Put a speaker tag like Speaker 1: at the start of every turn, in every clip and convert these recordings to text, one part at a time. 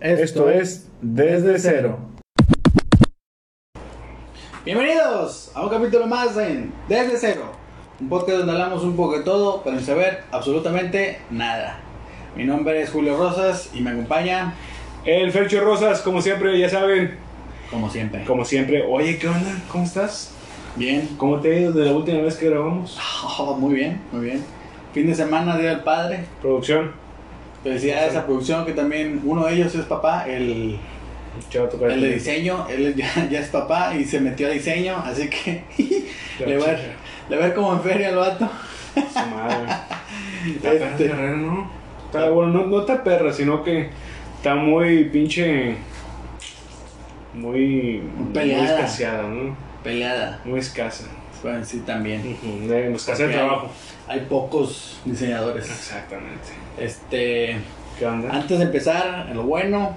Speaker 1: Esto es Desde Cero.
Speaker 2: Bienvenidos a un capítulo más en Desde Cero, un podcast donde hablamos un poco de todo, pero sin saber absolutamente nada. Mi nombre es Julio Rosas y me acompaña,
Speaker 1: El Fercho Rosas, como siempre, ya saben,
Speaker 2: como siempre.
Speaker 1: como siempre. Oye, ¿qué onda? ¿Cómo estás?
Speaker 2: Bien,
Speaker 1: ¿Cómo te ha ido desde la última vez que grabamos?
Speaker 2: Oh, muy bien, muy bien. Fin de semana, Día del Padre.
Speaker 1: Producción.
Speaker 2: Felicidades a producción, que también uno de ellos es papá, el,
Speaker 1: Chao, toca
Speaker 2: el de diseño, él es- ya, ya es papá y se metió a diseño, así que
Speaker 1: La
Speaker 2: le va a
Speaker 1: chica.
Speaker 2: le va a ir como en feria al vato.
Speaker 1: Su madre.
Speaker 2: Está perra,
Speaker 1: Este- Está- bueno, no, no está perra, sino que está muy pinche. Muy.
Speaker 2: Peleada.
Speaker 1: Muy escaseada, ¿no?
Speaker 2: Peleada,
Speaker 1: Muy escasa.
Speaker 2: bueno, sí, también.
Speaker 1: Ujú, eh, Nos escasea el
Speaker 2: Porque hay-
Speaker 1: trabajo.
Speaker 2: Hay pocos diseñadores.
Speaker 1: Exactamente.
Speaker 2: Este,
Speaker 1: ¿Qué onda?
Speaker 2: antes de empezar, en lo bueno,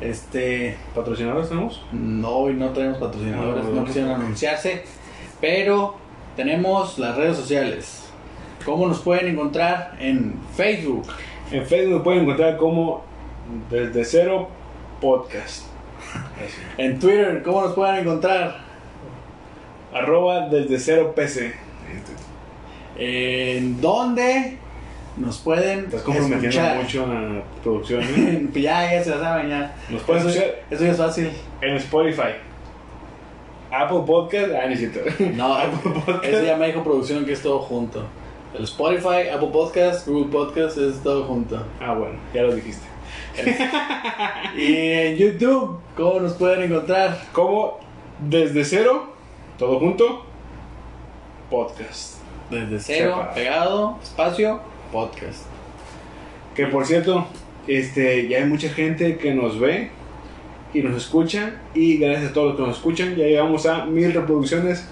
Speaker 2: este,
Speaker 1: ¿Patrocinadores tenemos?
Speaker 2: no, hoy no tenemos patrocinadores,
Speaker 1: No,
Speaker 2: no,
Speaker 1: no, no.
Speaker 2: quisieron anunciarse, pero tenemos las redes sociales. ¿Cómo nos pueden encontrar? En Facebook,
Speaker 1: En Facebook me pueden encontrar como Desde Cero Podcast. Así.
Speaker 2: en Twitter, ¿cómo nos pueden encontrar?
Speaker 1: Arroba Desde Cero PC.
Speaker 2: ¿En dónde nos pueden
Speaker 1: Estás comprometiendo
Speaker 2: escuchar?
Speaker 1: mucho a la producción. ¿eh?
Speaker 2: ya, ya se la saben, ya.
Speaker 1: Nos pueden
Speaker 2: eso,
Speaker 1: escuchar
Speaker 2: eso ya es fácil.
Speaker 1: en Spotify. Apple Podcast, ah, necesito.
Speaker 2: No,
Speaker 1: Apple Podcast.
Speaker 2: Eso ya me dijo producción que es todo junto. El Spotify, Apple Podcast, Google Podcast es todo junto.
Speaker 1: Ah, bueno, ya lo dijiste.
Speaker 2: Y en YouTube, ¿cómo nos pueden encontrar?
Speaker 1: Como Desde Cero, todo junto, podcast.
Speaker 2: Desde cero,
Speaker 1: Separado.
Speaker 2: pegado, espacio, podcast.
Speaker 1: Que por cierto, este, ya hay mucha gente que nos ve y nos escucha. Y gracias a todos los que nos escuchan, ya llegamos a mil reproducciones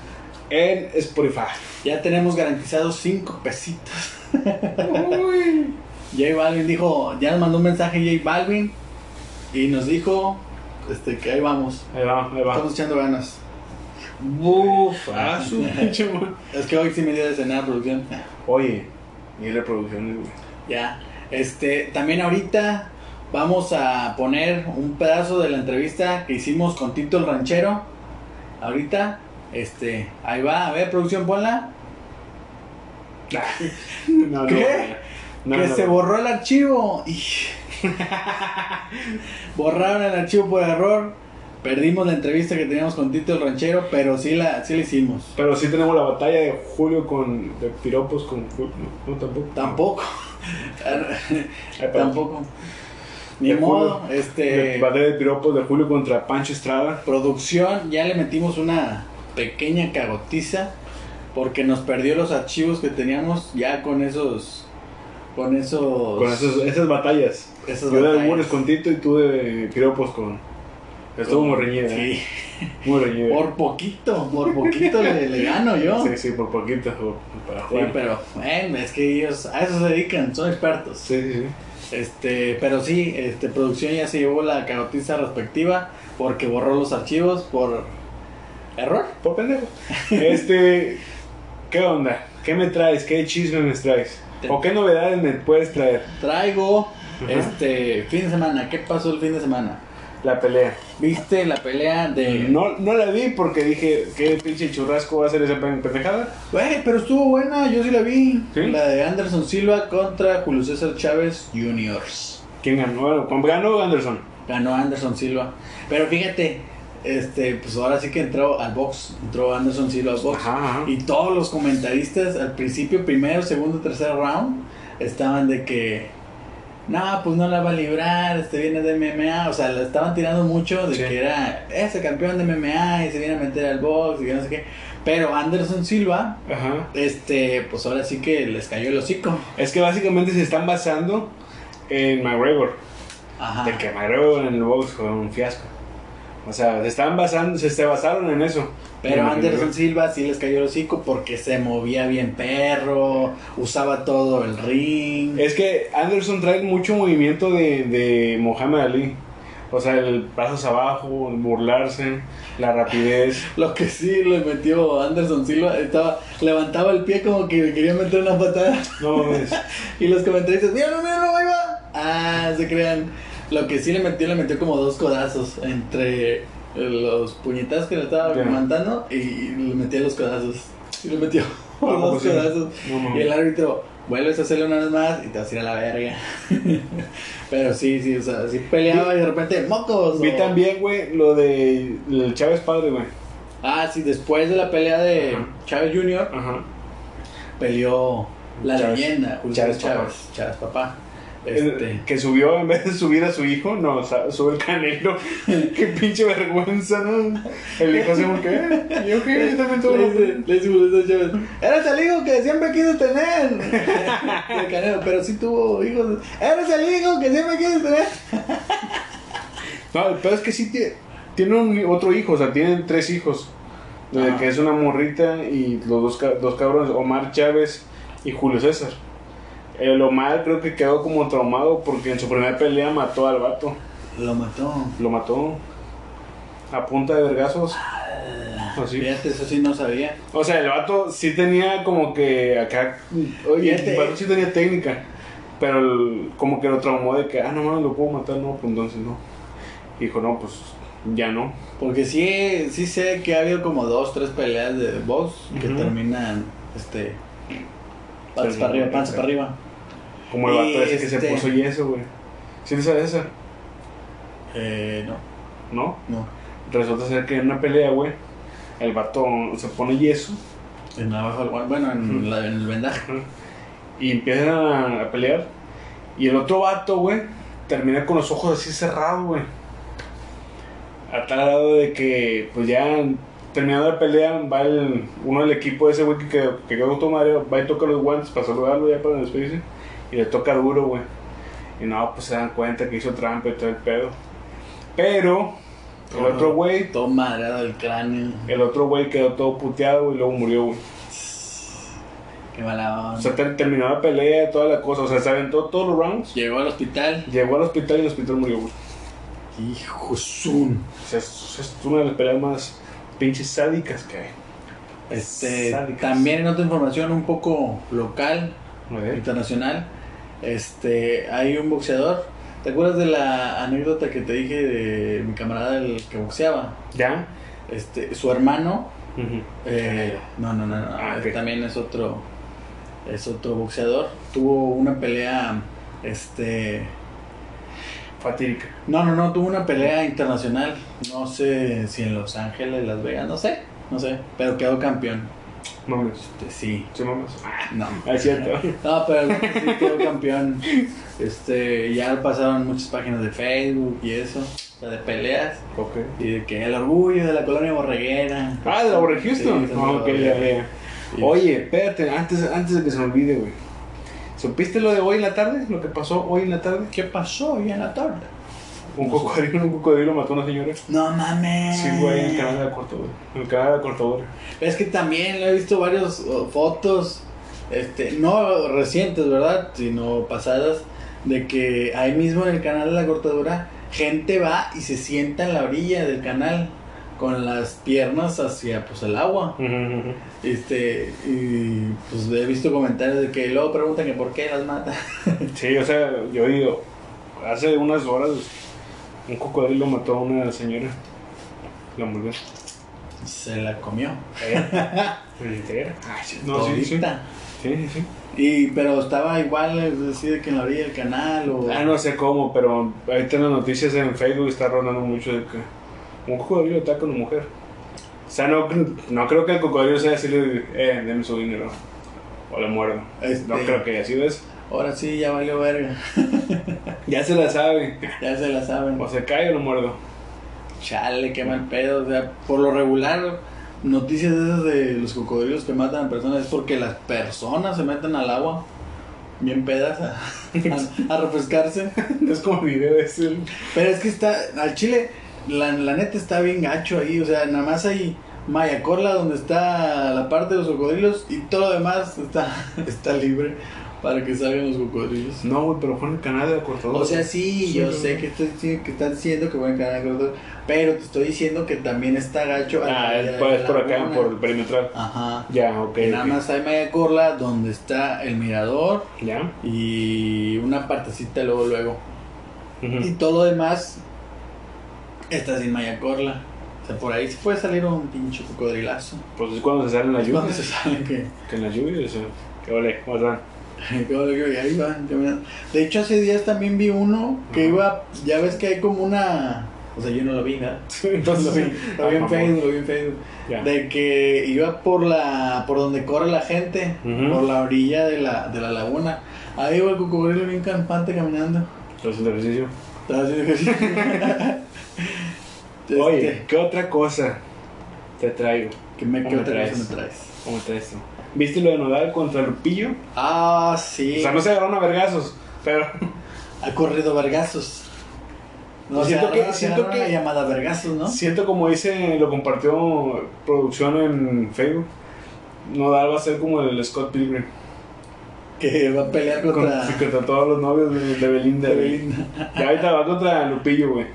Speaker 1: en Spotify.
Speaker 2: Ya tenemos garantizados 5 pesitos.
Speaker 1: Uy.
Speaker 2: J Balvin dijo, ya nos mandó un mensaje J Balvin y nos dijo este, que ahí vamos.
Speaker 1: Ahí va, ahí va.
Speaker 2: Estamos echando ganas.
Speaker 1: Ah, su pinche madre.
Speaker 2: Es que hoy sí me dio de cenar producción.
Speaker 1: Oye, mil reproducciones, güey.
Speaker 2: Ya, este, también ahorita vamos a poner un pedazo de la entrevista que hicimos con Tito el Ranchero. Ahorita, este, ahí va, a ver, producción, ponla.
Speaker 1: No, no,
Speaker 2: ¿Qué?
Speaker 1: no,
Speaker 2: que
Speaker 1: no,
Speaker 2: se
Speaker 1: no.
Speaker 2: borró el archivo. Y- Borraron el archivo por error. Perdimos la entrevista que teníamos con Tito el Ranchero, pero sí la, sí la hicimos.
Speaker 1: Pero sí tenemos la batalla de Julio con. de piropos con Julio. No, no, tampoco.
Speaker 2: Tampoco.
Speaker 1: Ay, perdón.
Speaker 2: Tampoco. Ni
Speaker 1: De
Speaker 2: modo, este.
Speaker 1: La batalla de piropos de Julio contra Pancho Estrada.
Speaker 2: producción ya le metimos una pequeña cagotiza porque nos perdió los archivos que teníamos ya con esos con esos
Speaker 1: Con esas, esas batallas.
Speaker 2: esas
Speaker 1: Yo de
Speaker 2: batallas.
Speaker 1: albures con Tito y tú de piropos con. Estuvo muy reñida. ¿eh?
Speaker 2: Sí,
Speaker 1: Muy reñida.
Speaker 2: por poquito, por poquito le, le gano yo.
Speaker 1: Sí, sí, por poquito. por- para
Speaker 2: Sí,
Speaker 1: jugar.
Speaker 2: pero bueno, es que ellos a eso se dedican, son expertos.
Speaker 1: Sí, sí, sí.
Speaker 2: Este, pero sí, este producción ya se llevó la cagotiza respectiva porque borró los archivos por error.
Speaker 1: Por pendejo. Este. ¿Qué onda? ¿Qué me traes? ¿Qué chisme me traes?
Speaker 2: Te-
Speaker 1: ¿O qué novedades me puedes traer?
Speaker 2: Traigo
Speaker 1: Ajá.
Speaker 2: este fin de semana, ¿qué pasó el fin de semana?
Speaker 1: La pelea.
Speaker 2: ¿Viste la pelea de.?
Speaker 1: No, no la vi porque dije, ¿qué pinche churrasco va a hacer esa pen- pendejada?
Speaker 2: Güey, pero estuvo buena, yo sí la vi.
Speaker 1: ¿Sí?
Speaker 2: La de Anderson Silva contra Julio César Chávez Juniors.
Speaker 1: ¿Quién ganó? Bueno, ¿cómo ganó Anderson?
Speaker 2: Ganó Anderson Silva. Pero fíjate, este, pues ahora sí que entró al box. Entró Anderson Silva al box.
Speaker 1: Ajá, ajá.
Speaker 2: Y todos los comentaristas al principio, primero, segundo, tercer round, estaban de que. No, pues no la va a librar, este viene de MMA, o sea, la estaban tirando mucho de
Speaker 1: Sí.
Speaker 2: que era ese campeón de MMA y se viene a meter al box y que no sé qué. Pero Anderson Silva,
Speaker 1: Ajá.
Speaker 2: Este, pues ahora sí que les cayó el hocico.
Speaker 1: Es que básicamente se están basando en McGregor.
Speaker 2: Ajá.
Speaker 1: De que McGregor en el box fue un fiasco. O sea, se están basando, se, se basaron en eso.
Speaker 2: Pero
Speaker 1: En
Speaker 2: Anderson Silva sí les cayó el hocico porque se movía bien perro, usaba todo el ring.
Speaker 1: Es que Anderson trae mucho movimiento de, de Mohamed Ali. O sea, el brazos abajo, el burlarse, la rapidez.
Speaker 2: Lo que sí le metió Anderson Silva, estaba, levantaba el pie como que quería meter una patada.
Speaker 1: No mames.
Speaker 2: Y los comentaristas, míralo, míralo, ahí va. Ah, se crean. Lo que sí le metió, le metió como dos codazos entre los puñetazos que le estaba
Speaker 1: Ya.
Speaker 2: mandando y le metió los codazos. Y le metió
Speaker 1: ¿A poco
Speaker 2: dos
Speaker 1: sí?
Speaker 2: codazos.
Speaker 1: Ah, No, no.
Speaker 2: Y el árbitro, vuelves a hacerlo una vez más y te vas a ir a la verga. Pero sí, sí, o sea, sí peleaba y de repente, mocos.
Speaker 1: Vi
Speaker 2: o-
Speaker 1: también, güey, lo de el Chávez padre, güey.
Speaker 2: Ah, sí, después de la pelea de
Speaker 1: Ajá.
Speaker 2: Chávez Jr.,
Speaker 1: Ajá.
Speaker 2: peleó la
Speaker 1: Chávez-
Speaker 2: leyenda, Julio
Speaker 1: Chávez
Speaker 2: Chávez,
Speaker 1: papá.
Speaker 2: Chávez, papá. Este,
Speaker 1: Que subió, en vez de subir a su hijo, no, o sea, sube el canelo. qué pinche vergüenza, ¿no? El hijo así como que, "Eh, ¿yo qué? Yo también tuve
Speaker 2: le
Speaker 1: una
Speaker 2: dice, le dice Julio Chávez, eres el hijo que siempre quise tener. El Canelo, pero sí tuvo hijos. Eres el hijo que siempre quise tener.
Speaker 1: No, el pedo es que sí tie- tiene un- otro hijo, o sea, tienen tres hijos. Desde
Speaker 2: Ajá.
Speaker 1: que es una morrita y los dos, ca- dos cabrones, Omar Chávez y Julio César. El Omar creo que quedó como traumado porque en su primera pelea mató al vato.
Speaker 2: Lo mató.
Speaker 1: Lo mató a punta de vergazos.
Speaker 2: Ah,
Speaker 1: Así.
Speaker 2: Fíjate, eso sí no sabía.
Speaker 1: O sea, el vato sí tenía como que acá. Oye,
Speaker 2: Fíjate.
Speaker 1: el vato sí tenía técnica. Pero el- como que lo traumó de que, ah, no mames, lo puedo matar, no, pues entonces no. Dijo, no, pues ya no.
Speaker 2: Porque sí, sí sé que ha habido como dos, tres peleas de box que
Speaker 1: Ujú.
Speaker 2: terminan, este, panza
Speaker 1: Terminan
Speaker 2: para arriba,
Speaker 1: bien,
Speaker 2: panza para
Speaker 1: claro.
Speaker 2: arriba.
Speaker 1: Como el vato
Speaker 2: Y,
Speaker 1: ese que se
Speaker 2: este-
Speaker 1: puso yeso, güey. ¿Sí te sabes esa?
Speaker 2: Eh, no,
Speaker 1: ¿No?
Speaker 2: no,
Speaker 1: Resulta ser que en una pelea, güey, el vato se pone yeso
Speaker 2: en abajo del guan- bueno, en, la- en el vendaje.
Speaker 1: y empiezan a, a pelear. Y el otro vato, güey, termina con los ojos así cerrados, güey. A tal grado de que, pues ya terminando la pelea, va el, uno del equipo de ese güey que quedó, que quedó con tu madre, va y toca los guantes para saludarlo ya para despedirse. Y le toca duro, güey. Y no, pues se dan cuenta que hizo trampa y todo el pedo. Pero, el
Speaker 2: Ajá.
Speaker 1: otro güey,
Speaker 2: Todo madreado el cráneo.
Speaker 1: el otro güey quedó todo puteado y luego murió, güey.
Speaker 2: Qué mala
Speaker 1: O
Speaker 2: onda.
Speaker 1: sea, ter- terminó la pelea, toda la cosa. O sea, se aventó todos los rounds.
Speaker 2: Llegó al hospital.
Speaker 1: Llegó al hospital y en el hospital murió, güey.
Speaker 2: Hijo zoom.
Speaker 1: O sea, es, es una de las peleas más pinches sádicas que hay.
Speaker 2: Este,
Speaker 1: Sádicas.
Speaker 2: también en otra información un poco local,
Speaker 1: A ver.
Speaker 2: internacional, este, hay un boxeador. ¿Te acuerdas de la anécdota que te dije de mi camarada el que boxeaba?
Speaker 1: ¿Ya?
Speaker 2: Este, su hermano,
Speaker 1: Ujú.
Speaker 2: eh, no, no, no, no,
Speaker 1: Ah,
Speaker 2: eh,
Speaker 1: ok.
Speaker 2: también es otro, es otro boxeador. Tuvo una pelea, este,
Speaker 1: Fatídica.
Speaker 2: No, no, no, tuvo una pelea internacional. No sé si en Los Ángeles, Las Vegas, no sé, no sé. Pero quedó campeón.
Speaker 1: Mames.
Speaker 2: Este, sí,
Speaker 1: Sí, mames.
Speaker 2: no.
Speaker 1: Ah, es cierto.
Speaker 2: No, pero sí quedó campeón. Este, ya pasaron muchas páginas de Facebook y eso, o sea, de peleas.
Speaker 1: ok.
Speaker 2: Y de que el orgullo de la colonia borreguera.
Speaker 1: Ah, de Laura Houston.
Speaker 2: Sí,
Speaker 1: Ah, ok, ya, ya.
Speaker 2: Y-
Speaker 1: Oye, espérate, antes, antes de que se me olvide, güey. ¿Supiste lo de hoy en la tarde? ¿Lo que pasó hoy en la tarde?
Speaker 2: ¿Qué pasó hoy en la tarde?
Speaker 1: Un
Speaker 2: No sé.
Speaker 1: cocodrilo, un cocodrilo mató a una señora.
Speaker 2: No mames.
Speaker 1: Sí, güey, en el canal de la cortadora. En el canal de la cortadora.
Speaker 2: Es que también le he visto varias oh, fotos, este, no recientes, ¿verdad? Sino pasadas, de que ahí mismo en el canal de la cortadura, gente va y se sienta en la orilla del canal con las piernas hacia pues el agua.
Speaker 1: Ujú, ujú.
Speaker 2: Este, y pues he visto comentarios de que luego preguntan que por qué las mata.
Speaker 1: Sí, o sea, yo digo, hace unas horas un cocodrilo mató a una señora. La murió.
Speaker 2: Se la comió.
Speaker 1: Pues, No, sí, sí.
Speaker 2: todita.
Speaker 1: Sí, sí.
Speaker 2: Y pero estaba igual, es decir, que en la orilla del canal o
Speaker 1: Ah, no sé cómo, pero ahorita en las noticias en Facebook está rondando mucho de que un cocodrilo ataca a una mujer. O sea, no, no creo que el cocodrilo sea decirle, eh, deme su dinero. O le muerdo.
Speaker 2: Este-
Speaker 1: No creo que haya sido eso.
Speaker 2: ahora sí ya valió verga.
Speaker 1: Ya se la sabe.
Speaker 2: Ya se la saben.
Speaker 1: O se cae o lo muerdo.
Speaker 2: Chale, qué mal pedo. O sea, por lo regular, noticias de esas de los cocodrilos que matan a personas es porque las personas se meten al agua bien pedas a, a- a refrescarse.
Speaker 1: Es como el video ese.
Speaker 2: Pero es que está, al chile, la, la neta está bien gacho ahí. O sea, nada más hay Mayacorla donde está la parte de los cocodrilos y todo lo demás está, está libre para que salgan los cocodrilos.
Speaker 1: No, güey, pero fue en el canal de la cortadora.
Speaker 2: O sea, sí,
Speaker 1: Sí,
Speaker 2: yo
Speaker 1: no,
Speaker 2: sé
Speaker 1: no.
Speaker 2: que, estoy, diciendo- que estás diciendo que voy a ganar con otro, pero te estoy diciendo que también está gacho. a la
Speaker 1: Ah, es
Speaker 2: orilla
Speaker 1: por,
Speaker 2: de
Speaker 1: es
Speaker 2: la
Speaker 1: por acá,
Speaker 2: laguna.
Speaker 1: por el perimetral.
Speaker 2: Ajá.
Speaker 1: Ya, ok.
Speaker 2: Y nada
Speaker 1: ok.
Speaker 2: más hay Maya Corla donde está el mirador
Speaker 1: Ya.
Speaker 2: y una partecita luego, luego. Y
Speaker 1: Ujú.
Speaker 2: todo lo demás está sin Mayacorla. O sea, por ahí se puede salir un pinche cocodrilazo.
Speaker 1: Pues es cuando se salen las
Speaker 2: Es cuando
Speaker 1: lluvias.
Speaker 2: se sabe que,
Speaker 1: Que en las lluvias, o sea, que ole, ¿cómo están?
Speaker 2: que ahí van caminando. De hecho, hace días también vi uno que iba. Ya ves que hay como una. O sea, yo no lo vi, nada. Lo vi,
Speaker 1: Entonces,
Speaker 2: lo vi en
Speaker 1: Ah, por favor.
Speaker 2: Facebook, lo vi en Facebook.
Speaker 1: ya.
Speaker 2: De que iba por la por donde corre la gente,
Speaker 1: Ujú.
Speaker 2: por la orilla de la, de la laguna. Ahí iba el cocodrilo bien campante caminando.
Speaker 1: Entonces, el ejercicio.
Speaker 2: Estaba haciendo ejercicio. Este,
Speaker 1: Oye, ¿qué otra cosa te traigo?
Speaker 2: que me, ¿qué
Speaker 1: ¿cómo
Speaker 2: otra
Speaker 1: traes?
Speaker 2: cosa me traes?
Speaker 1: ¿Cómo te esto? ¿Viste lo de Nodal contra Lupillo?
Speaker 2: Ah,
Speaker 1: O
Speaker 2: sí.
Speaker 1: sea, no se agarraron a vergazos, pero
Speaker 2: Ha corrido vergazos. No,
Speaker 1: Pues siento
Speaker 2: se
Speaker 1: que-
Speaker 2: agarra- se
Speaker 1: siento
Speaker 2: agarra
Speaker 1: que-
Speaker 2: una llamada vergazos, ¿no?
Speaker 1: siento como dice, lo compartió producción en Facebook. Nodal va a ser como el Scott Pilgrim.
Speaker 2: Que va a pelear
Speaker 1: Con-
Speaker 2: contra
Speaker 1: sí, contra todos los novios de, de Belinda. güey.
Speaker 2: Belinda.
Speaker 1: Y ahorita va contra Lupillo, güey.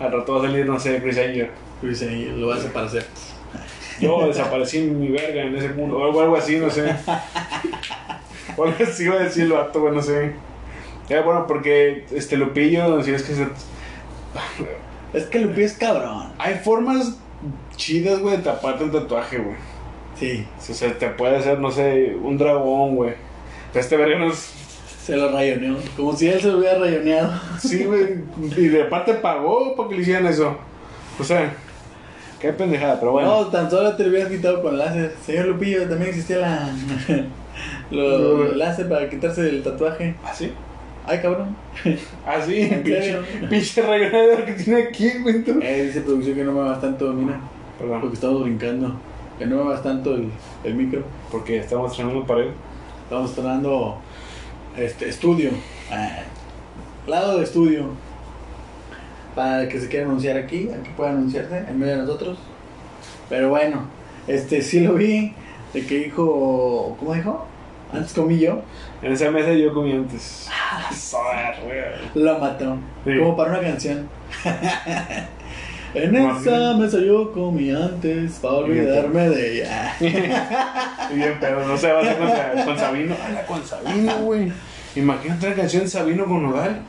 Speaker 1: Al rato va a salir, no sé, Chris Angel.
Speaker 2: Luis, ahí lo va a desaparecer.
Speaker 1: Yo desaparecí en mi verga en ese mundo. O algo, algo así, no sé. O algo así iba a decir el vato, güey, no sé. Ya, bueno, porque este Lupillo, si es que se...
Speaker 2: Es que Lupi es cabrón.
Speaker 1: Hay formas chidas, güey, de taparte un tatuaje, güey.
Speaker 2: Sí.
Speaker 1: O sea, te puede hacer, no sé, un dragón, güey. Pero este verga no es...
Speaker 2: Se lo rayoneó. Como si él se lo hubiera rayoneado.
Speaker 1: Sí, güey. Y de parte pagó para que le hicieran eso. O sea, qué pendejada, pero bueno.
Speaker 2: No, tan solo te lo hubieras quitado con láser. Señor Lupillo, también existía la. lo, el láser para quitarse el tatuaje.
Speaker 1: ¿Así?
Speaker 2: Ay, cabrón.
Speaker 1: Así,
Speaker 2: ¿En
Speaker 1: Ah, pinche,
Speaker 2: serio?
Speaker 1: pinche rayonador que tiene aquí, güey. tú.
Speaker 2: Eh, dice producción que no me vas tanto, mira.
Speaker 1: Perdón,
Speaker 2: Porque estamos brincando. Que no me vas tanto el, el micro.
Speaker 1: porque estamos estrenando pared.
Speaker 2: Estamos tratando. Este, estudio. Ah, lado de estudio. Para el que se quiera anunciar aquí, aquí puede anunciarse en medio de nosotros. Pero bueno, este sí lo vi. De que dijo. ¿Cómo dijo? Antes comí yo.
Speaker 1: En esa mesa yo comí antes.
Speaker 2: Ah,
Speaker 1: Joder, güey.
Speaker 2: Lo mató.
Speaker 1: Sí.
Speaker 2: Como para una canción. en
Speaker 1: Más
Speaker 2: esa
Speaker 1: bien.
Speaker 2: mesa yo comí antes para olvidarme de ella.
Speaker 1: Y bien, pero no se va a hacer con, Sa- con Sabino. Hala, con Sabino, güey. Imagínate otra canción de Sabino con Nodal.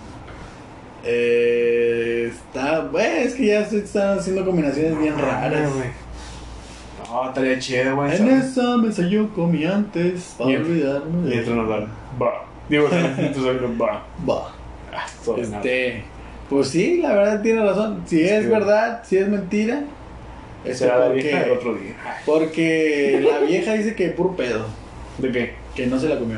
Speaker 2: Eh, está, bueno, es que ya se están haciendo combinaciones bien raras.
Speaker 1: Ah, No, estaría chido, güey.
Speaker 2: En
Speaker 1: Sabino.
Speaker 2: esa mesa yo comí antes para
Speaker 1: Y entra-
Speaker 2: olvidarme
Speaker 1: Y
Speaker 2: de
Speaker 1: entra Nodal. Bah. Digo, tú Sabino, bah.
Speaker 2: Bah.
Speaker 1: Ah, todo de nada.
Speaker 2: Este, pues sí, la verdad tiene razón. Si es
Speaker 1: Sí.
Speaker 2: verdad, si es mentira. Este,
Speaker 1: Será la vieja del
Speaker 2: porque,
Speaker 1: otro día. Ah, Ay,
Speaker 2: porque la vieja dice que puro pedo,
Speaker 1: ¿De qué?
Speaker 2: que no se la comió.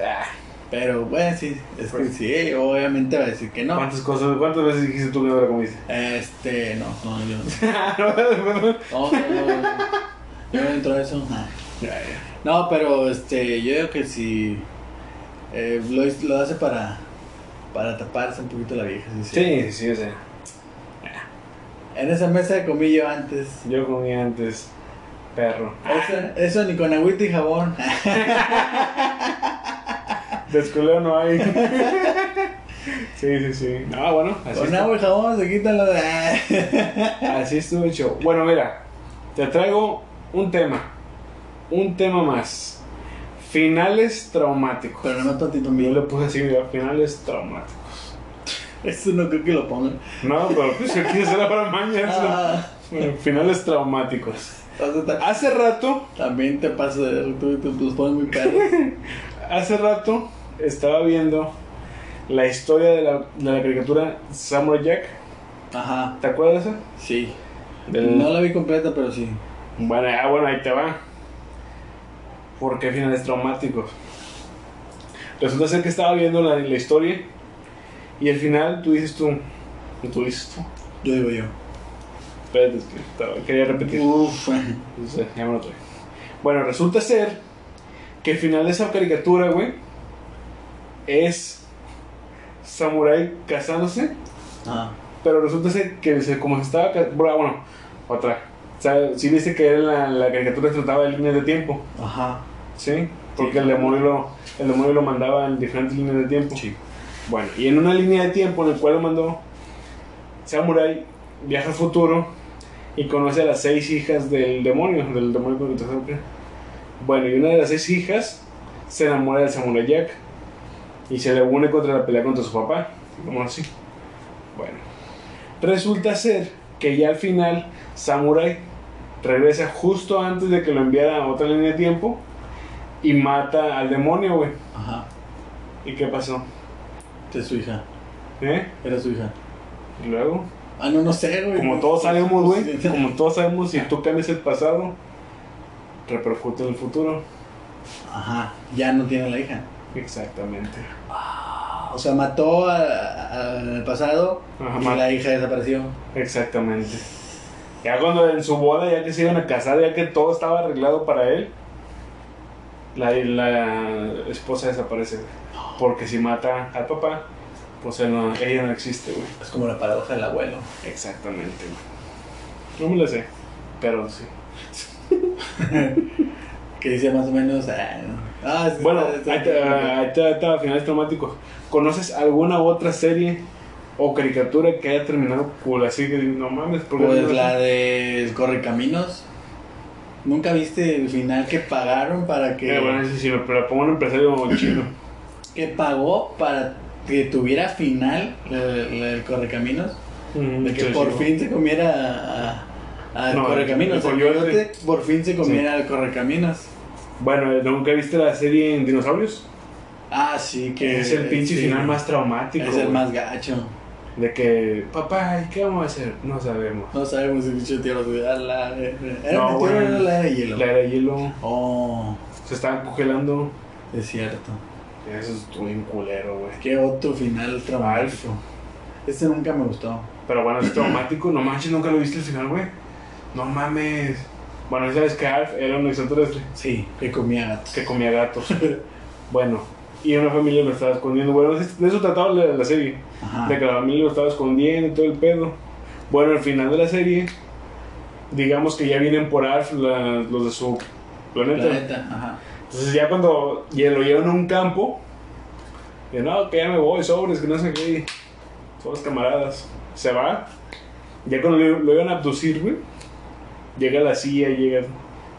Speaker 1: Ah,
Speaker 2: Pero bueno, sí, es que
Speaker 1: Pues-
Speaker 2: sí, obviamente va a decir que no.
Speaker 1: ¿Cuántas cosas, cuántas veces dijiste tú que no la comiste?
Speaker 2: Este, no, no, yo no. No, no, no. Yo no entro a eso. nah. No, pero este, yo digo que si eh, lo, hiz- lo hace para, para taparse un poquito la vieja. sí, sí.
Speaker 1: Sí, sí, o sea,
Speaker 2: En esa mesa comí yo antes.
Speaker 1: yo comí antes perro.
Speaker 2: Eso, eso ni con agüita y jabón.
Speaker 1: Desculeo no hay. Sí, sí, sí. Ah, bueno, así,
Speaker 2: con
Speaker 1: estu-
Speaker 2: agua y jabón se quitan los. Ah.
Speaker 1: así estuvo el show. Bueno, mira, te traigo un tema. Un tema más. Finales traumáticos.
Speaker 2: Pero no me tantito
Speaker 1: Yo le
Speaker 2: mío.
Speaker 1: puse así, mira, finales traumáticos.
Speaker 2: Eso no creo que lo pongan.
Speaker 1: No, pero pues yo quise hacer la para mañana.
Speaker 2: Ah,
Speaker 1: Bueno, finales traumáticos.
Speaker 2: o sea, ta-
Speaker 1: Hace rato
Speaker 2: Ah, también te paso de tú, tú, tú los pones muy perros.
Speaker 1: Hace rato estaba viendo la historia de la, de la caricatura Samurai Jack.
Speaker 2: Ajá,
Speaker 1: ¿Te acuerdas de esa?
Speaker 2: sí.
Speaker 1: Del-
Speaker 2: No la vi completa, pero sí.
Speaker 1: Bueno, ah, bueno, ahí te va. ¿Por qué finales traumáticos? Resulta ser que estaba viendo la, la historia y al final tú dices tú. no, Tú dices tú.
Speaker 2: Yo digo yo.
Speaker 1: Espérate, es que estaba- quería repetir.
Speaker 2: Uf.
Speaker 1: Entonces, ya me lo trae. Bueno, resulta ser que el final de esa caricatura, güey, es Samurai casándose.
Speaker 2: Ah,
Speaker 1: Pero resulta ser que se- como se estaba... ca- Bueno, bueno, otra. O sea, sí viste que en la, la caricatura se trataba de líneas de tiempo,
Speaker 2: ajá.
Speaker 1: ¿sí? Porque
Speaker 2: Sí.
Speaker 1: el, demonio lo, el demonio lo mandaba en diferentes líneas de tiempo. Bueno, y en una línea de tiempo en la cual lo mandó, Samurai viaja al futuro y conoce a las seis hijas del demonio, del demonio con el que está- Bueno, y una de las seis hijas se enamora del Samurai Jack y se le une contra la pelea contra su papá. Como así. Bueno. Resulta ser que ya al final Samurai regresa justo antes de que lo enviara a otra línea de tiempo y mata al demonio, güey.
Speaker 2: Ajá.
Speaker 1: ¿Y qué pasó?
Speaker 2: Esta es su hija.
Speaker 1: ¿Eh?
Speaker 2: Era su hija.
Speaker 1: ¿Y luego?
Speaker 2: Ah, no, no sé, güey.
Speaker 1: Como todos sabemos, güey. Como todos sabemos, si tú cambias el pasado, repercute en el futuro.
Speaker 2: Ajá. Ya no tiene la hija.
Speaker 1: Exactamente.
Speaker 2: O sea, mató a- a- al pasado
Speaker 1: Ajá,
Speaker 2: y
Speaker 1: ma-
Speaker 2: la hija desapareció.
Speaker 1: Exactamente. Ya cuando en su boda, ya que se iban a casar, ya que todo estaba arreglado para él, la, la esposa desaparece. güey. Porque si mata al papá, pues él no- ella no existe, güey.
Speaker 2: Es como la paradoja del abuelo.
Speaker 1: Exactamente, güey. No me la sé, pero sí.
Speaker 2: Que decía más o menos. Ah, ah, es-
Speaker 1: Bueno,
Speaker 2: es- es-
Speaker 1: ahí te- ah, ahí te- ahí te va, finales traumáticos. ¿Conoces alguna otra serie o caricatura que haya terminado cool? Así que no mames, porque
Speaker 2: Pues la de Correcaminos. ¿Nunca viste el final que pagaron para que.
Speaker 1: Eh, bueno, sí, sí, pero la pongo un empresario chino.
Speaker 2: que pagó para que tuviera final el, el Correcaminos? De que por fin se comiera a, a- al
Speaker 1: No,
Speaker 2: Correcaminos.
Speaker 1: el
Speaker 2: El
Speaker 1: coyote.
Speaker 2: coyote por fin se comiera al Correcaminos.
Speaker 1: Bueno, eh, ¿nunca viste la serie en Dinosaurios?
Speaker 2: Ah, sí, que.
Speaker 1: Que es el pinche
Speaker 2: sí,
Speaker 1: final más traumático.
Speaker 2: Es el
Speaker 1: güey.
Speaker 2: más gacho.
Speaker 1: De que, papá, ¿y qué vamos a hacer? No sabemos.
Speaker 2: No sabemos si el pinche tío lo subía a la. eh, Era
Speaker 1: No,
Speaker 2: mentira,
Speaker 1: güey.
Speaker 2: era la era de hielo.
Speaker 1: La era de hielo,
Speaker 2: Oh,
Speaker 1: se estaban congelando.
Speaker 2: es cierto.
Speaker 1: Eso es un culero, güey.
Speaker 2: Qué otro final traumático. Este nunca me gustó.
Speaker 1: Pero bueno, es traumático. No manches, nunca lo viste al final, güey. No mames. Bueno, ya sabes que Alf era un extraterrestre
Speaker 2: Sí, que comía gatos.
Speaker 1: que comía gatos. bueno, y una familia lo estaba escondiendo. Bueno, de eso trataba la, la serie.
Speaker 2: Ajá.
Speaker 1: De que la familia lo estaba escondiendo y todo el pedo. Bueno, al final de la serie, digamos que ya vienen por Alf la- los de su planeta.
Speaker 2: Planeta, ajá.
Speaker 1: Entonces ya cuando ya lo llevan a un campo, de no, que ya me voy, sobres, que no sé qué, somos camaradas. Se va, ya cuando lo, lo iban a abducir, güey, llega la CIA, llega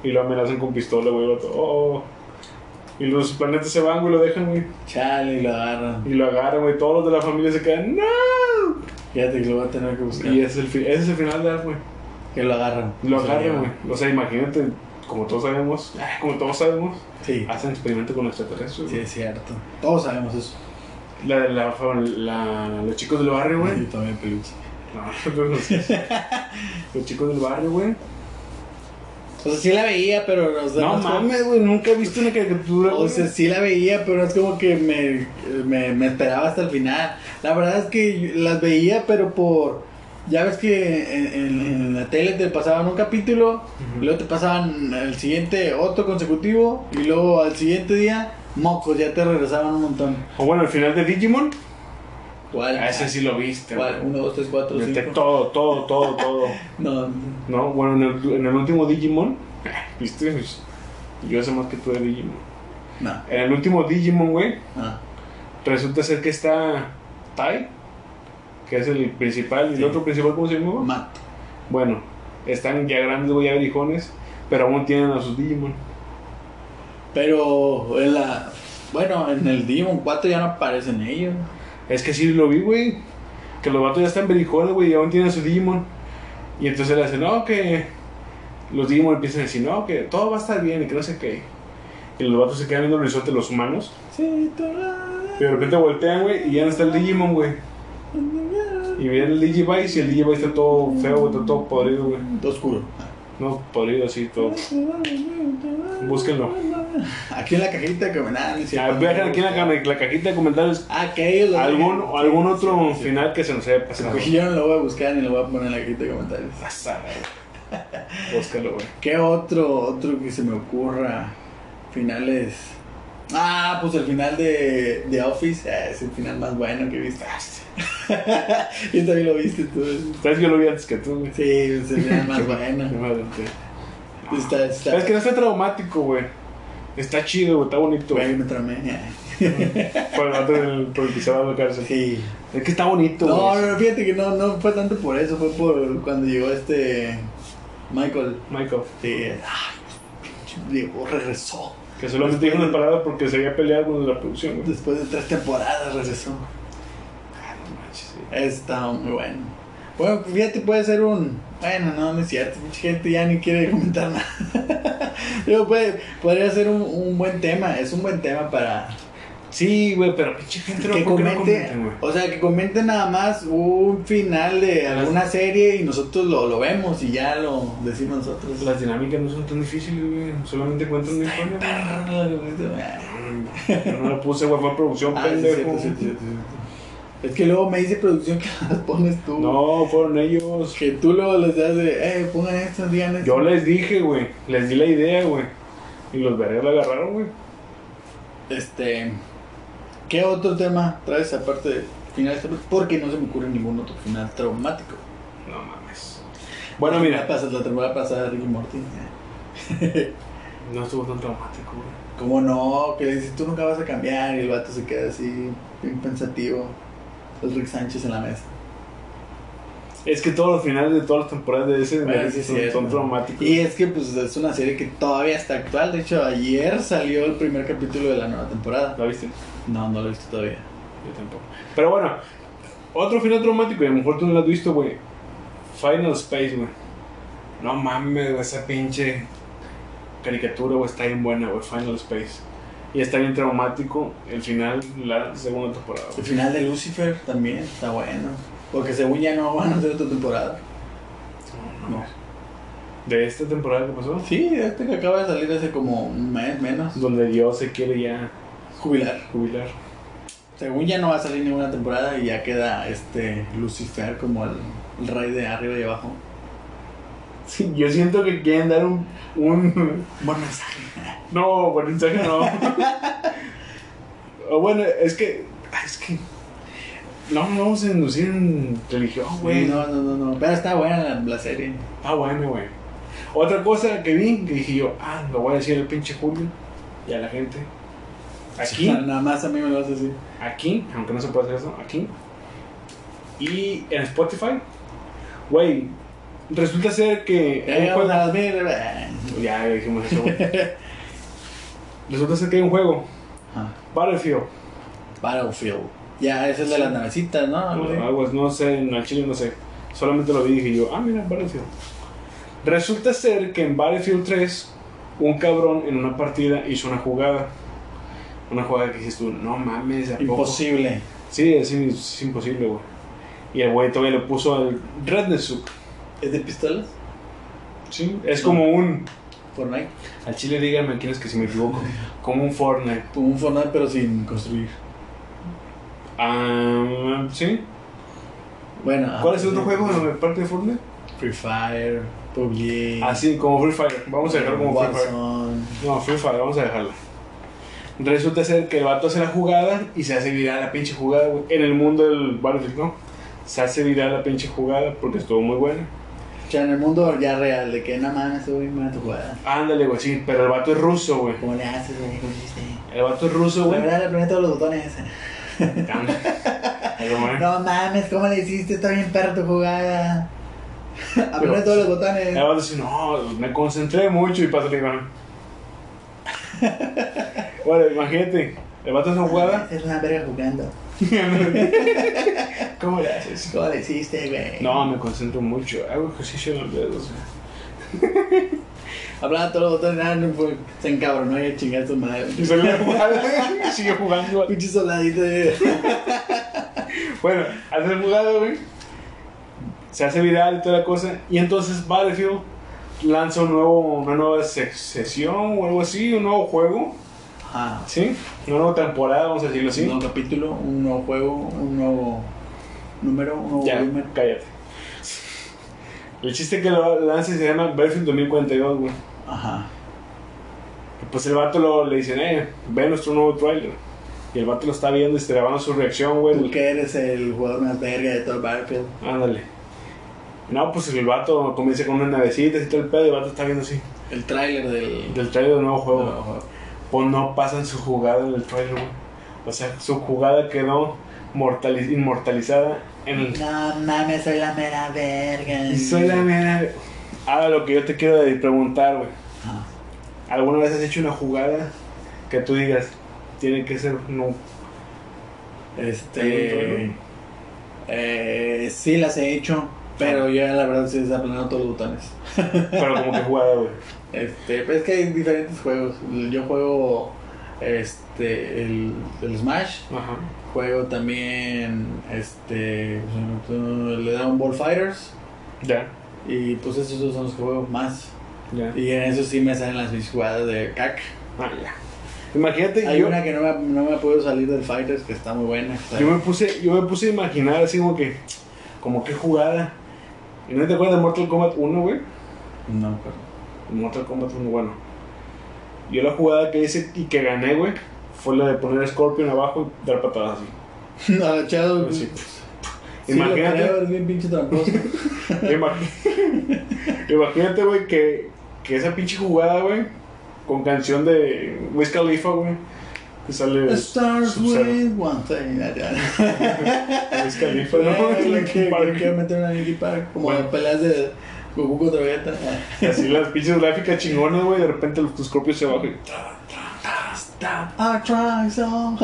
Speaker 1: y lo amenazan con pistola, güey, el vato, oh, oh. Y los planetas se van, güey, lo dejan, güey,
Speaker 2: Chale, lo agarran.
Speaker 1: y lo agarran, güey, todos los de la familia se quedan, no.
Speaker 2: Fíjate que lo voy a tener que buscar.
Speaker 1: Y ese es el, fi- ese es el final de Alf, güey.
Speaker 2: Que lo agarran.
Speaker 1: Lo
Speaker 2: Se
Speaker 1: agarran,
Speaker 2: llevan.
Speaker 1: güey. O sea, imagínate, como todos sabemos, como todos sabemos,
Speaker 2: Sí,
Speaker 1: hacen experimento con extraterrestres.
Speaker 2: sí, es cierto. Todos sabemos eso.
Speaker 1: La, de la, fa- la- los chicos del barrio, güey.
Speaker 2: Yo también peluche.
Speaker 1: No, no, no sé eso. Los chicos del barrio, güey.
Speaker 2: O sea, sí la veía, pero. o sea,
Speaker 1: No
Speaker 2: es como-
Speaker 1: mames, güey. Nunca he visto una caricatura.
Speaker 2: O
Speaker 1: güey.
Speaker 2: sea, sí la veía, pero es como que me, me, me esperaba hasta el final. La verdad es que yo las veía, pero por... Ya ves que en, en- en la tele te pasaban un capítulo,
Speaker 1: Ujú.
Speaker 2: luego te pasaban el siguiente otro consecutivo, y luego al siguiente día, mocos, ya te regresaban un montón.
Speaker 1: O bueno, el final de Digimon.
Speaker 2: ¿Cuál?
Speaker 1: A ese sí lo viste,
Speaker 2: Ah, ¿Cuál?
Speaker 1: güey.
Speaker 2: Uno, dos, tres, cuatro,
Speaker 1: Viste
Speaker 2: cinco.
Speaker 1: todo, todo, todo, todo.
Speaker 2: No,
Speaker 1: No, bueno, en el, en el último Digimon. ¿Viste? Pues, Yo sé más que tú de Digimon.
Speaker 2: no,
Speaker 1: En el último Digimon, güey.
Speaker 2: no.
Speaker 1: Resulta ser que está Tai. Que es el principal. ¿Y
Speaker 2: Sí.
Speaker 1: el otro principal cómo se llama?
Speaker 2: Matt.
Speaker 1: Bueno, están ya grandes, güey, ya verijones, pero aún tienen a sus Digimon.
Speaker 2: Pero en la... Bueno, en el Demon 4 ya no aparecen ellos.
Speaker 1: Es que sí lo vi, güey. Que los vatos ya están verijones, güey, y aún tienen a sus Digimon. Y entonces le hacen, no, que. Los Digimon empiezan a decir, no, que todo va a estar bien y que no sé qué. Y los vatos se quedan viendo el horizonte, los humanos.
Speaker 2: Sí, tú la-
Speaker 1: Y de repente voltean, güey, y ya no está el Digimon, güey. Y viene el Digivice y el Digivice está todo feo, güey, está todo podrido, güey.
Speaker 2: Oscuro.
Speaker 1: No, podrido así, todo. Búsquenlo.
Speaker 2: Aquí en la cajita que me nada, ni
Speaker 1: Ya,
Speaker 2: siquiera-
Speaker 1: vean aquí en la, ca- la cajita de comentarios
Speaker 2: Ah, que ellos lo
Speaker 1: algún,
Speaker 2: dejen.
Speaker 1: algún
Speaker 2: Sí,
Speaker 1: otro
Speaker 2: sí, sí.
Speaker 1: final que se nos haya pasado.
Speaker 2: Porque yo no lo voy a buscar ni lo voy a poner en la cajita de comentarios.
Speaker 1: Ah, Búscalo, güey.
Speaker 2: ¿Qué otro, otro que se me ocurra? Finales. Ah, pues el final de, de Office ah, es el final más bueno que he visto. Ah, y también lo viste tú.
Speaker 1: ¿Sabes? Yo lo vi antes que tú, güey.
Speaker 2: Sí, es el final más
Speaker 1: Me
Speaker 2: bueno.
Speaker 1: adelanté.
Speaker 2: Está, está.
Speaker 1: Es que no está traumático, güey. Está chido, güey. Está bonito.
Speaker 2: Güey,
Speaker 1: güey.
Speaker 2: me Ah, tramé.
Speaker 1: Por el vato del- por el que se va a la cárcel.
Speaker 2: Sí.
Speaker 1: Es que está bonito,
Speaker 2: No,
Speaker 1: güey.
Speaker 2: no, no, fíjate que no, no fue tanto por eso, fue por cuando llegó este Michael.
Speaker 1: Michael.
Speaker 2: De, ay, pinche Diego regresó.
Speaker 1: Que solamente dijo unas palabras porque se había peleado con la producción, güey.
Speaker 2: Después de tres temporadas regresó.
Speaker 1: no manches, sí.
Speaker 2: Está muy bueno. Bueno, pues, fíjate, puede ser un. Bueno, no, no es cierto. Mucha gente ya ni quiere comentar nada. Pero puede, podría ser un, un buen tema. Es un buen tema para
Speaker 1: Sí, güey, pero pinche gente no
Speaker 2: que
Speaker 1: ¿por qué no
Speaker 2: comente.
Speaker 1: comenten, güey?
Speaker 2: o sea, que comente nada más un final de alguna serie y nosotros lo, lo vemos y ya lo decimos nosotros.
Speaker 1: Las dinámicas no son tan difíciles, güey. Solamente cuentan una historia. güey. Yo no la puse, güey, fue producción,
Speaker 2: Ah, sí,
Speaker 1: pendejo.
Speaker 2: cierto, cierto, cierto, cierto. Es que luego me dice producción que las pones tú.
Speaker 1: No, fueron ellos.
Speaker 2: Que tú luego les das de, eh, pongan esto, digan esto.
Speaker 1: Yo les dije, güey. Les di la idea, güey. Y los veré la agarraron, güey.
Speaker 2: Este. ¿Qué otro tema traes aparte de finales traumáticos? Porque no se me ocurre ningún otro final traumático.
Speaker 1: No mames. Bueno, mira.
Speaker 2: La, la temporada pasada, Ricky Morty.
Speaker 1: No estuvo tan traumático, güey.
Speaker 2: Como no, que le dices, tú nunca vas a cambiar y el vato se queda así, bien pensativo. El Rick Sánchez en la mesa.
Speaker 1: Es que todos los finales de todas las temporadas de ese
Speaker 2: Bueno,
Speaker 1: de-
Speaker 2: sí es
Speaker 1: son,
Speaker 2: cierto.
Speaker 1: son traumáticos.
Speaker 2: Y es que pues es una serie que todavía está actual. De hecho, ayer salió el primer capítulo de la nueva temporada.
Speaker 1: ¿La viste?
Speaker 2: No, no lo he visto todavía.
Speaker 1: Yo tampoco. Pero bueno, otro final traumático, y a lo mejor tú no lo has visto, güey. Final Space, güey. No mames, güey, esa pinche caricatura, güey, está bien buena, güey, Final Space. Y está bien traumático el final, la segunda temporada,
Speaker 2: El
Speaker 1: güey.
Speaker 2: final de Lucifer también está bueno. Porque según ya no van a hacer otra temporada.
Speaker 1: No. mames. De esta temporada que pasó,
Speaker 2: Sí, este que acaba de salir hace como un mes menos.
Speaker 1: donde Dios se quiere ya
Speaker 2: Jubilar.
Speaker 1: jubilar.
Speaker 2: Según ya no va a salir ninguna temporada y ya queda este Lucifer como el, el rey de arriba y abajo.
Speaker 1: Sí, yo siento que quieren dar un. un...
Speaker 2: Buen mensaje.
Speaker 1: No, buen mensaje no. O bueno, es que. Es que. No nos vamos a inducir en religión, güey.
Speaker 2: No, no, no, no. Pero está buena la, la serie.
Speaker 1: Ah, bueno, güey. Otra cosa que vi, que dije yo, ah, lo voy a decir al pinche Julio y a la gente. Aquí,
Speaker 2: Nada más a mí me lo vas a decir.
Speaker 1: aquí, aunque no se puede hacer eso, aquí. Y en Spotify, güey, resulta ser que.
Speaker 2: Ya
Speaker 1: un
Speaker 2: llegamos
Speaker 1: juego-
Speaker 2: a las mil. eh.
Speaker 1: Ya dijimos eso, güey. Resulta ser que hay un juego,
Speaker 2: Ah,
Speaker 1: Battlefield.
Speaker 2: Battlefield. Ya, ese es de las navecitas, ¿no? Algo así.
Speaker 1: Algo, Ah, no sé, no, al chile no sé. Solamente lo vi y dije yo, ah, mira, Battlefield. Resulta ser que en Battlefield 3, un cabrón en una partida hizo una jugada. Una jugada que dices tú, no mames, ¿a poco?".
Speaker 2: Imposible.
Speaker 1: Sí, es, es imposible, güey. Y el güey todavía le puso al Rednesuk.
Speaker 2: ¿Es de pistolas?
Speaker 1: Sí, es como un.
Speaker 2: Fortnite.
Speaker 1: Al chile, díganme quién es que si me equivoco. Como un Fortnite.
Speaker 2: Como un Fortnite, pero sin construir.
Speaker 1: Ah, sí.
Speaker 2: Bueno.
Speaker 1: ¿Cuál
Speaker 2: ah,
Speaker 1: es el otro
Speaker 2: sí.
Speaker 1: juego en el parque de Fortnite?
Speaker 2: Free Fire, PUBG.
Speaker 1: Así, como Free Fire. Ah, Vamos a dejar como Free Fire.
Speaker 2: Warzone.
Speaker 1: No, Free Fire, vamos a dejarla. Resulta ser que el vato hace la jugada y se hace viral la pinche jugada, güey. En el mundo del Battlefield, ¿no? Se hace viral la pinche jugada porque estuvo muy buena.
Speaker 2: O sea, en el mundo ya real, de que nada más güey, me tu jugada.
Speaker 1: Ándale, güey, sí, pero el vato es ruso, güey.
Speaker 2: ¿Cómo le haces, güey? ¿Cómo hiciste?
Speaker 1: El vato es ruso,
Speaker 2: La
Speaker 1: güey.
Speaker 2: verdad, le apreté todos los botones.
Speaker 1: Ándale, güey.
Speaker 2: No mames, ¿cómo le hiciste? Está bien perro tu jugada. Apreté todos los botones.
Speaker 1: El vato dice, no, me concentré mucho y pasó arriba. Bueno, imagínate, el vato hace una jugada.
Speaker 2: Es una verga jugando.
Speaker 1: ¿Cómo le haces?
Speaker 2: ¿Cómo le hiciste, güey?
Speaker 1: No, me concentro mucho. Hago ejercicio en los dedos.
Speaker 2: Hablaba todos los botones, nada, no fue. Se encabronó y a chingar a su madre.
Speaker 1: Y salió a jugar. Sigue jugando.
Speaker 2: Pinche soldadito de.
Speaker 1: Bueno, hace el jugado, güey. Se hace viral y toda la cosa. Y entonces Battlefield lanza un nuevo, una nueva se- sesión o algo así, un nuevo juego.
Speaker 2: Ajá.
Speaker 1: ¿Sí? Una nueva temporada, vamos a decirlo así.
Speaker 2: Un nuevo capítulo, un nuevo juego, un nuevo número, un nuevo
Speaker 1: ya,
Speaker 2: volumen.
Speaker 1: cállate. El chiste que lo lanza se llama Battlefield 2042, güey.
Speaker 2: Ajá.
Speaker 1: Y Pues el vato lo, le dicen, eh, ve nuestro nuevo trailer. Y el vato lo está viendo y está grabando su reacción, güey.
Speaker 2: Tú que eres el jugador más verga de todo el Battlefield.
Speaker 1: Ándale. No, pues el vato comienza con una navecita y todo el pedo. Y el vato está viendo así.
Speaker 2: El tráiler del...
Speaker 1: Del trailer del nuevo
Speaker 2: del
Speaker 1: juego. Pues no pasan su jugada en el trailer, güey. O sea, su jugada quedó mortali- inmortalizada en el.
Speaker 2: No mames, soy la mera verga.
Speaker 1: Y soy la mera. Ahora lo que yo te quiero de- preguntar, güey.
Speaker 2: Ah,
Speaker 1: ¿Alguna vez has hecho una jugada que tú digas, tiene que ser no?
Speaker 2: Este... Eh, sí las he hecho,
Speaker 1: Ah.
Speaker 2: pero yo la verdad sí desaplanado todos los botones.
Speaker 1: Pero como que jugada, güey.
Speaker 2: Este, pues es que hay diferentes juegos. Yo juego este el, el Smash,
Speaker 1: Ajá.
Speaker 2: juego también este el de Dragon Ball Fighters
Speaker 1: Ya.
Speaker 2: y pues esos dos son los que juego más.
Speaker 1: Ya.
Speaker 2: Y en eso sí me salen las mis jugadas de cac.
Speaker 1: Ah, ya. Imagínate,
Speaker 2: Hay
Speaker 1: yo,
Speaker 2: una que no me, no me puedo salir del Fighters que está muy buena. está-
Speaker 1: yo me puse, yo me puse a imaginar así como que, como que jugada. ¿Y no te acuerdas de Mortal Kombat 1, güey?
Speaker 2: No, pero-
Speaker 1: Mortal Kombat 1, bueno. Yo la jugada que hice y que gané, güey, fue la de poner Scorpion abajo y dar patadas así.
Speaker 2: No, Shadow.
Speaker 1: Pues Sí.
Speaker 2: sí,
Speaker 1: Imagínate.
Speaker 2: lo creo, es bien pinche tramposo.
Speaker 1: Ima- Imagínate, güey, que, que esa pinche jugada, güey, con canción de Wiz Khalifa, güey, que sale
Speaker 2: Stars
Speaker 1: Sub-Zero.
Speaker 2: with one thing. Ya, ya.
Speaker 1: Wiz Khalifa,
Speaker 2: Pero
Speaker 1: Pues ¿no?
Speaker 2: no, es la que
Speaker 1: Para
Speaker 2: yo quiero
Speaker 1: que-
Speaker 2: meter una Linkin Park. Como
Speaker 1: Bueno.
Speaker 2: las peleas de Goku contra Vegeta.
Speaker 1: Así las pinches gráficas chingonas, güey, de repente los tus propios se bajan.
Speaker 2: Stop, I try so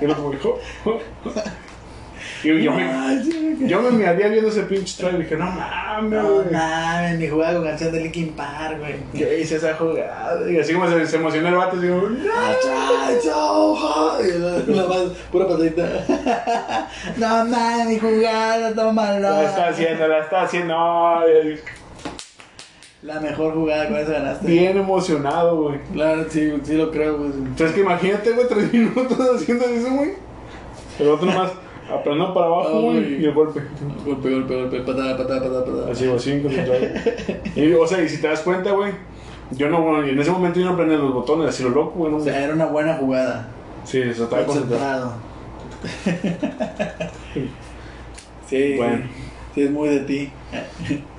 Speaker 1: Y yo como, "Jo, jo, jo". "Oh, Y yo me, yo me miradía viendo ese pinche trailer y dije, no mames,
Speaker 2: No
Speaker 1: güey.
Speaker 2: mames, ni jugaba con canción de Linkin Park, güey.
Speaker 1: Yo hice esa jugada. Y así como se, se emocionó el vato, así como, "No".
Speaker 2: I tried so hard. Y la- la más- Pura patadita. No mames, ni jugada,
Speaker 1: la está
Speaker 2: tómala.
Speaker 1: haciendo, la está haciendo. Ay,
Speaker 2: La mejor jugada, con eso ganaste.
Speaker 1: Bien emocionado, güey.
Speaker 2: Claro, sí, sí lo creo, güey.
Speaker 1: Entonces que imagínate, güey, tres minutos haciendo eso, güey. El otro nomás aplanó para abajo,
Speaker 2: Ah,
Speaker 1: güey,
Speaker 2: güey.
Speaker 1: y el golpe.
Speaker 2: Golpe, golpe, golpe, patada, patada, patada, patada.
Speaker 1: Así, güey, cinco, Y, o sea, y si te das cuenta, güey, yo no, bueno, y en ese momento yo no aprendí los botones, así lo loco, güey. No,
Speaker 2: O sea, era una buena jugada.
Speaker 1: sí, eso estaba concentrado.
Speaker 2: Concentrado. sí,
Speaker 1: Bueno.
Speaker 2: sí, es muy de ti.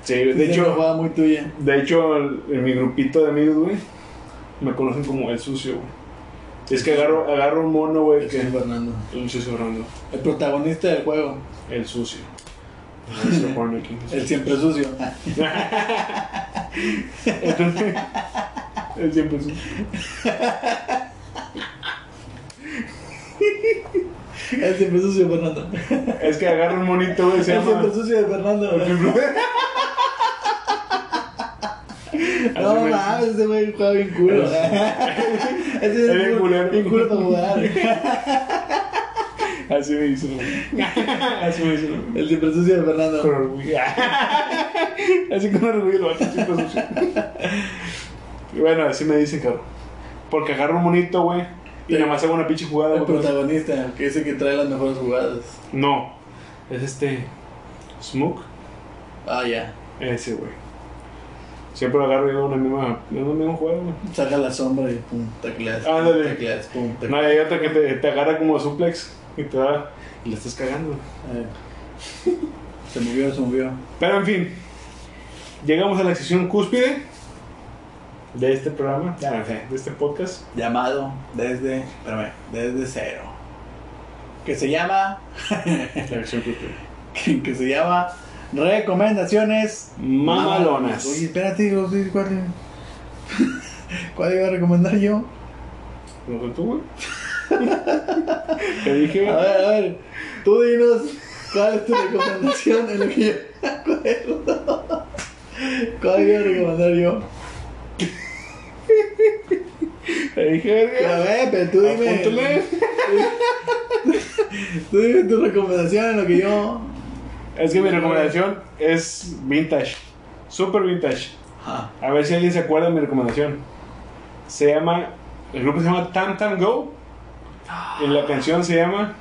Speaker 1: Sí, de
Speaker 2: es una
Speaker 1: hecho,
Speaker 2: jugada muy tuya.
Speaker 1: de hecho, el- en mi grupito de amigos, güey, me conocen como el sucio, güey. Es que agarro, agarro un mono, güey,
Speaker 2: Sí,
Speaker 1: que...
Speaker 2: Fernando.
Speaker 1: El sucio Fernando.
Speaker 2: El protagonista del juego,
Speaker 1: El sucio. Ahí se lo ponen aquí.
Speaker 2: el siempre sucio.
Speaker 1: Ah. Él siempre es un-
Speaker 2: El siempre sucio, Fernando.
Speaker 1: Es que agarra un monito, güey, se
Speaker 2: El
Speaker 1: llama.
Speaker 2: siempre sucio de Fernando. No
Speaker 1: Así me-
Speaker 2: mames, ese güey juega bien culo. Ese
Speaker 1: Es bien culero.
Speaker 2: bien culo para jugar.
Speaker 1: Así me hizo. güey. Así me hizo. güey.
Speaker 2: El siempre sucio de Fernando.
Speaker 1: Con orgullo. Así con orgullo lo hace siempre sucio. Y bueno, así me dicen, cabrón. Porque agarra un monito, güey, y nada más hago una pinche jugada,
Speaker 2: El
Speaker 1: güey. con eso.
Speaker 2: protagonista, que dice que trae las mejores jugadas.
Speaker 1: No. Es este. Smoke.
Speaker 2: Ah, ya.
Speaker 1: Ese, güey. Siempre lo agarro y hago una misma, una misma jugada, güey.
Speaker 2: Saca la sombra y pum, tacleas. pum,
Speaker 1: Ándale.
Speaker 2: Tacleas, pum,
Speaker 1: No,
Speaker 2: tacleas.
Speaker 1: hay otra que te, te agarra como suplex y te da. Y le estás cagando.
Speaker 2: Eh. Se movió, se movió.
Speaker 1: Pero en fin, llegamos a la sección cúspide de este programa, ya no sé, de este podcast.
Speaker 2: Llamado desde, espérame, desde cero. Que se llama,
Speaker 1: La sección cúspide.
Speaker 2: que, que se llama Recomendaciones
Speaker 1: Mamalonas.
Speaker 2: Oye, espérate, digo, sí, ¿cuál, ¿cuál iba a recomendar yo?
Speaker 1: ¿No fue tú, güey? Te dije,
Speaker 2: A
Speaker 1: güey.
Speaker 2: ver, a ver, tú dinos cuál es tu recomendación en lo que yo me acuerdo. ¿Cuál iba a recomendar yo?
Speaker 1: Te dije,
Speaker 2: A
Speaker 1: verga.
Speaker 2: ver, pero tú dime.
Speaker 1: Apúntale.
Speaker 2: Tú dime tu recomendación en lo que yo.
Speaker 1: Es que mi recomendación es vintage, super vintage.
Speaker 2: Ajá.
Speaker 1: A ver si alguien se acuerda de mi recomendación. Se llama, el grupo se llama Tam Tam Go y la canción se llama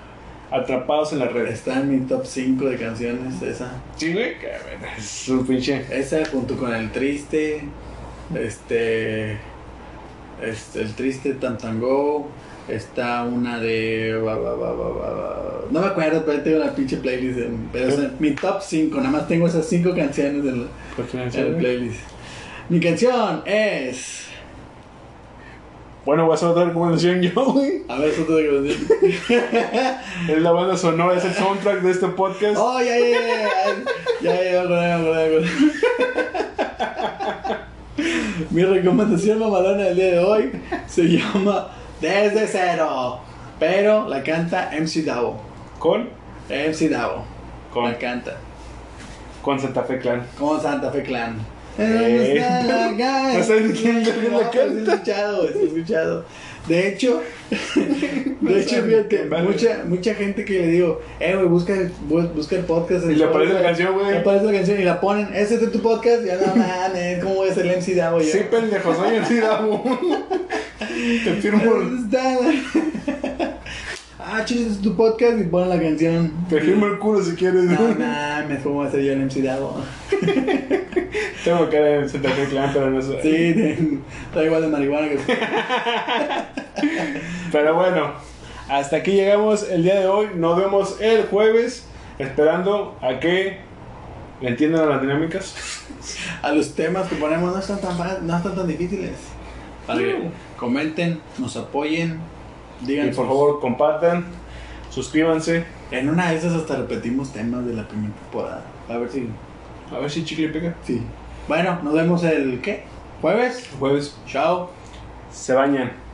Speaker 1: Atrapados en las redes.
Speaker 2: Está en mi top 5 de canciones esa.
Speaker 1: Sí, güey, que, bueno, es un pinche.
Speaker 2: Esa junto con el triste. Este. este, el triste Tantango. Está una de. ba, ba, ba, ba, ba, ba. No me acuerdo, pero ahí tengo la pinche playlist. en- pero es en mi top 5. Nada más tengo esas 5 canciones en la- en la playlist. Mi canción es.
Speaker 1: Bueno, voy a hacer otra recomendación yo, güey.
Speaker 2: A ver, eso te digo.
Speaker 1: Es la banda sonora, es el soundtrack de este podcast.
Speaker 2: Oh, ya, ya, ya, ya, ya, ya, ya, me acordé, me acordé, me acordé. Mi recomendación mamalona del día de hoy se llama Desde Cero, pero la canta MC Davo
Speaker 1: Con
Speaker 2: MC Davo.
Speaker 1: Con,
Speaker 2: Me encanta.
Speaker 1: con Santa Fe Clan.
Speaker 2: Como Santa Fe Clan.
Speaker 1: Eh.
Speaker 2: No
Speaker 1: No sabes quién- quién la
Speaker 2: He
Speaker 1: canta.
Speaker 2: escuchado, he escuchado. De hecho, de hecho, fíjate,
Speaker 1: Vale.
Speaker 2: mucha, mucha gente que le digo, eh, güey, busca, bu- busca el podcast.
Speaker 1: Y le aparece la canción,
Speaker 2: Le
Speaker 1: güey.
Speaker 2: aparece la canción y la ponen, ese es de tu podcast, ya no mames, ¿cómo voy a ser el MC Davo yo?
Speaker 1: Sí, pendejo, soy el Sidamo. Te firmo,
Speaker 2: Está la- Ah, chile, ese es tu podcast y ponen la canción.
Speaker 1: te firmo el culo si quieres.
Speaker 2: No mames, ¿cómo voy a ser yo el MC Davo?
Speaker 1: Tengo cara de Santa Fe Clan, pero no sé.
Speaker 2: Sí, te- está igual de marihuana que
Speaker 1: Pero bueno, hasta aquí llegamos el día de hoy. Nos vemos el jueves, esperando a que le entiendan a las dinámicas.
Speaker 2: a los temas que ponemos no están tan, fa- no están tan difíciles. Para que comenten, nos apoyen,
Speaker 1: Y
Speaker 2: digan
Speaker 1: por favor, compartan, suscríbanse.
Speaker 2: En una de esas hasta repetimos temas de la primera temporada. A ver si.
Speaker 1: A ver si chicle pega.
Speaker 2: Sí. Bueno, nos vemos el ¿qué? ¿Jueves?
Speaker 1: El jueves
Speaker 2: Chao.
Speaker 1: se bañan.